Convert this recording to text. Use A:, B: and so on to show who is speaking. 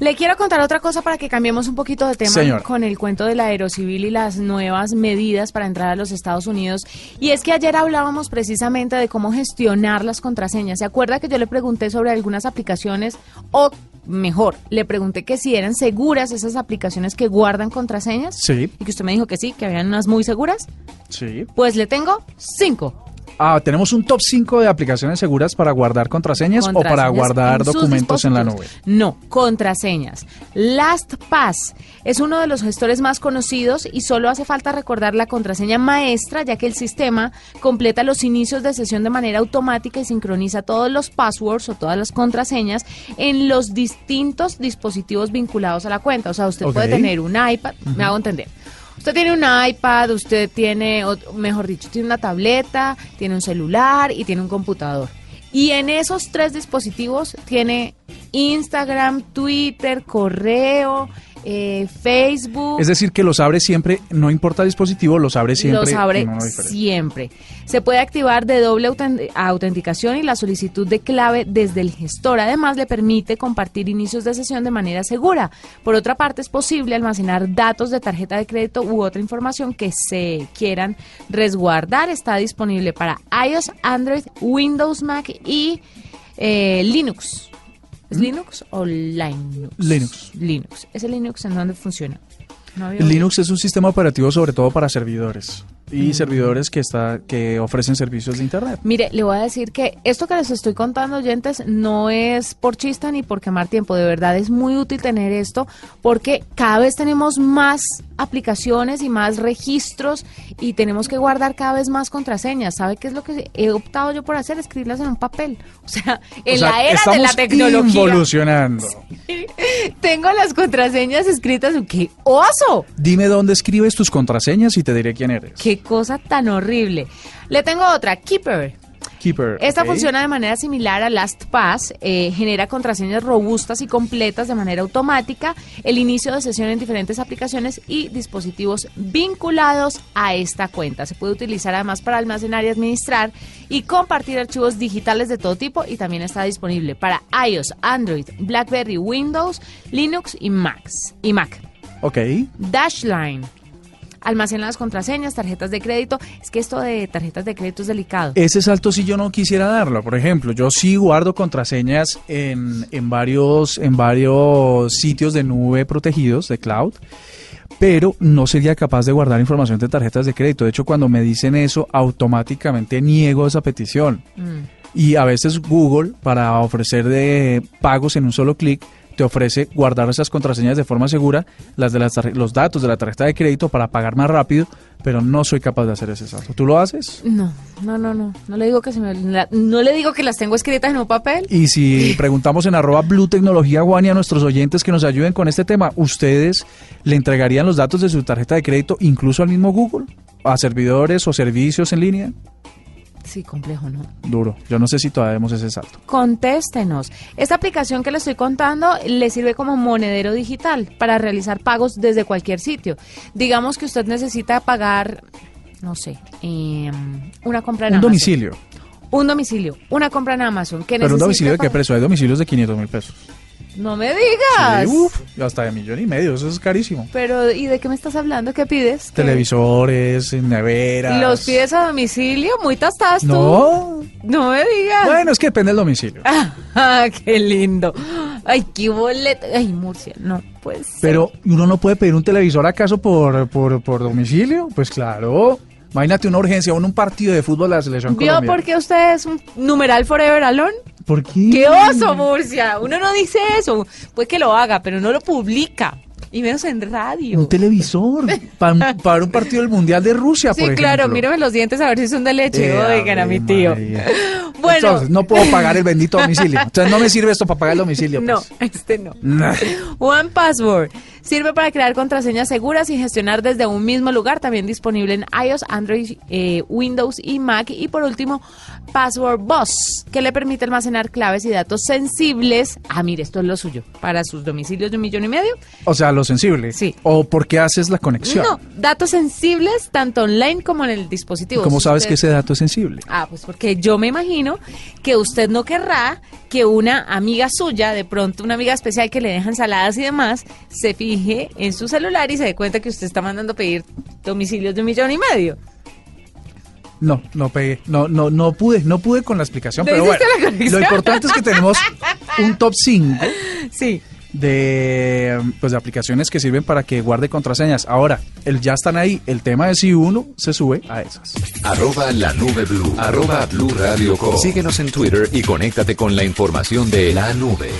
A: Le quiero contar otra cosa para que cambiemos un poquito de tema
B: Señor.
A: con el cuento del aerocivil y las nuevas medidas para entrar a los Estados Unidos. Y es que ayer hablábamos precisamente de cómo gestionar las contraseñas. ¿Se acuerda que yo le pregunté sobre algunas aplicaciones o... Mejor, le pregunté que si eran seguras esas aplicaciones que guardan contraseñas.
B: Sí.
A: Y que usted me dijo que sí, que habían unas muy seguras.
B: Sí.
A: Pues le tengo cinco.
B: Ah, tenemos un top 5 de aplicaciones seguras para guardar contraseñas, o para
A: Contraseñas
B: guardar
A: en sus
B: documentos en la nube.
A: dispositivos. No, contraseñas. LastPass es uno de los gestores más conocidos y solo hace falta recordar la contraseña maestra, ya que el sistema completa los inicios de sesión de manera automática y sincroniza todos los passwords o todas las contraseñas en los distintos dispositivos vinculados a la cuenta. O sea, usted
B: Ok.
A: puede tener un iPad, me hago entender. Usted tiene un iPad, usted tiene, ot- mejor dicho, tiene una tableta, tiene un celular y tiene un computador. Y en esos tres dispositivos tiene Instagram, Twitter, correo, eh, Facebook.
B: Es decir, que los abre siempre, no importa el dispositivo, los abre siempre.
A: Los abre
B: en uno diferente.
A: siempre. Se puede activar de doble autent- autenticación y la solicitud de clave desde el gestor. Además, le permite compartir inicios de sesión de manera segura. Por otra parte, es posible almacenar datos de tarjeta de crédito u otra información que se quieran resguardar. Está disponible para iOS, Android, Windows, Mac y eh, Linux. ¿Es Linux o Linux?
B: ¿Mm? Linux.
A: Linux. ¿Ese Linux en dónde funciona? No había oído.
B: Linux es un sistema operativo sobre todo para servidores
A: Mm.
B: y servidores que está que ofrecen servicios de internet.
A: Mire, le voy a decir que esto que les estoy contando, oyentes, no es por chista ni por quemar tiempo. De verdad es muy útil tener esto porque cada vez tenemos más aplicaciones y más registros y tenemos que guardar cada vez más contraseñas. ¿Sabe qué es lo que he optado yo por hacer? Escribirlas en un papel. O sea, en
B: O sea,
A: la era
B: estamos
A: de la tecnología.
B: Evolucionando.
A: Tengo las contraseñas escritas. ¡Qué oso!
B: Dime dónde escribes tus contraseñas y te diré quién eres.
A: ¡Qué cosa tan horrible! Le tengo otra, Keeper.
B: Keeper.
A: Esta
B: ok.
A: funciona de manera similar a LastPass, eh, genera contraseñas robustas y completas de manera automática, el inicio de sesión en diferentes aplicaciones y dispositivos vinculados a esta cuenta. Se puede utilizar además para almacenar y administrar y compartir archivos digitales de todo tipo y también está disponible para iOS, Android, BlackBerry, Windows, Linux y Macs- Y Mac.
B: Ok.
A: Dashline. Almacena las contraseñas, tarjetas de crédito. Es que esto de tarjetas de crédito es delicado.
B: Ese salto sí yo no quisiera darlo. Por ejemplo, yo sí guardo contraseñas en, en varios, en varios sitios de nube protegidos, de cloud, pero no sería capaz de guardar información de tarjetas de crédito. De hecho, cuando me dicen eso, automáticamente niego esa petición.
A: Mm.
B: Y a veces Google, para ofrecer de pagos en un solo clic, te ofrece guardar esas contraseñas de forma segura, las de las tarje- los datos de la tarjeta de crédito para pagar más rápido, pero no soy capaz de hacer ese salto. ¿Tú lo haces?
A: No, no, no, no. No le digo que se me- la- no le digo que las tengo escritas en un papel.
B: Y si preguntamos en arroba Blue Tecnología Guani a nuestros oyentes que nos ayuden con este tema, ¿ustedes le entregarían los datos de su tarjeta de crédito incluso al mismo Google? ¿A servidores o servicios en línea?
A: Sí, complejo, ¿no?
B: Duro. Yo no sé si todavía vemos ese salto.
A: Contéstenos. Esta aplicación que le estoy contando le sirve como monedero digital para realizar pagos desde cualquier sitio. Digamos que usted necesita pagar, no sé, em, una compra en
B: Un
A: Amazon.
B: domicilio.
A: Un domicilio, una compra en Amazon. Que
B: Pero un
A: necesita
B: domicilio de qué
A: pagar-
B: precio? Hay domicilios de 500 mil pesos.
A: No me digas.
B: Sí, uf, hasta de millón y medio, eso es carísimo.
A: Pero, ¿y de qué me estás hablando? ¿Qué pides? ¿Qué-
B: Televisores, neveras.
A: ¿Los pides a domicilio? Muy tastadas tú.
B: No.
A: No me digas.
B: Bueno, es que depende del domicilio.
A: Ah, qué lindo. Ay, qué boleto. Ay, Murcia, no, pues.
B: Pero uno no puede pedir un televisor acaso por, por, por domicilio. Pues claro. Imagínate una urgencia, uno un partido de fútbol de la selección
A: ¿Vio
B: colombiana.
A: por qué usted es un numeral forever alone?
B: ¿Por qué?
A: ¡Qué oso, Murcia! Uno no dice eso. Pues que lo haga, pero no lo publica. Y menos en radio.
B: Un televisor pa- para, un partido del Mundial de Rusia,
A: Sí,
B: por ejemplo.
A: claro, mírame los dientes a ver si son de leche.
B: Eh,
A: Oigan a
B: Ave
A: mi tío.
B: María.
A: Bueno.
B: Entonces, no puedo pagar el pues. bendito domicilio. Entonces, no me sirve esto para pagar el domicilio.
A: No,
B: pues.
A: este no.
B: Nah.
A: One Password Sirve para crear contraseñas seguras y gestionar desde un mismo lugar, también disponible en iOS, Android, eh, Windows y Mac. Y por último, Password Boss, que le permite almacenar claves y datos sensibles. Ah, mire, esto es lo suyo, para sus domicilios de un millón y medio.
B: O sea, lo sensible.
A: Sí.
B: ¿O por qué haces la conexión?
A: No, datos sensibles tanto online como en el dispositivo.
B: ¿Cómo
A: Si
B: sabes
A: usted-
B: que ese dato es sensible?
A: Ah, pues porque yo me imagino que usted no querrá que una amiga suya, de pronto una amiga especial que le deja ensaladas y demás, se fije en su celular y se dé cuenta que usted está mandando pedir domicilios de un millón y medio.
B: No, no pegué. No, no, no pude, no pude con la explicación.
A: ¿No
B: Pero bueno,
A: hiciste la conexión?
B: lo importante es que tenemos un top 5
A: Sí.
B: de, pues, de aplicaciones que sirven para que guarde contraseñas. Ahora, el, ya están ahí. El tema es si uno se sube a esas.
C: Arroba la nube blue. Arroba blue radio com. Síguenos en Twitter y conéctate con la información de la nube.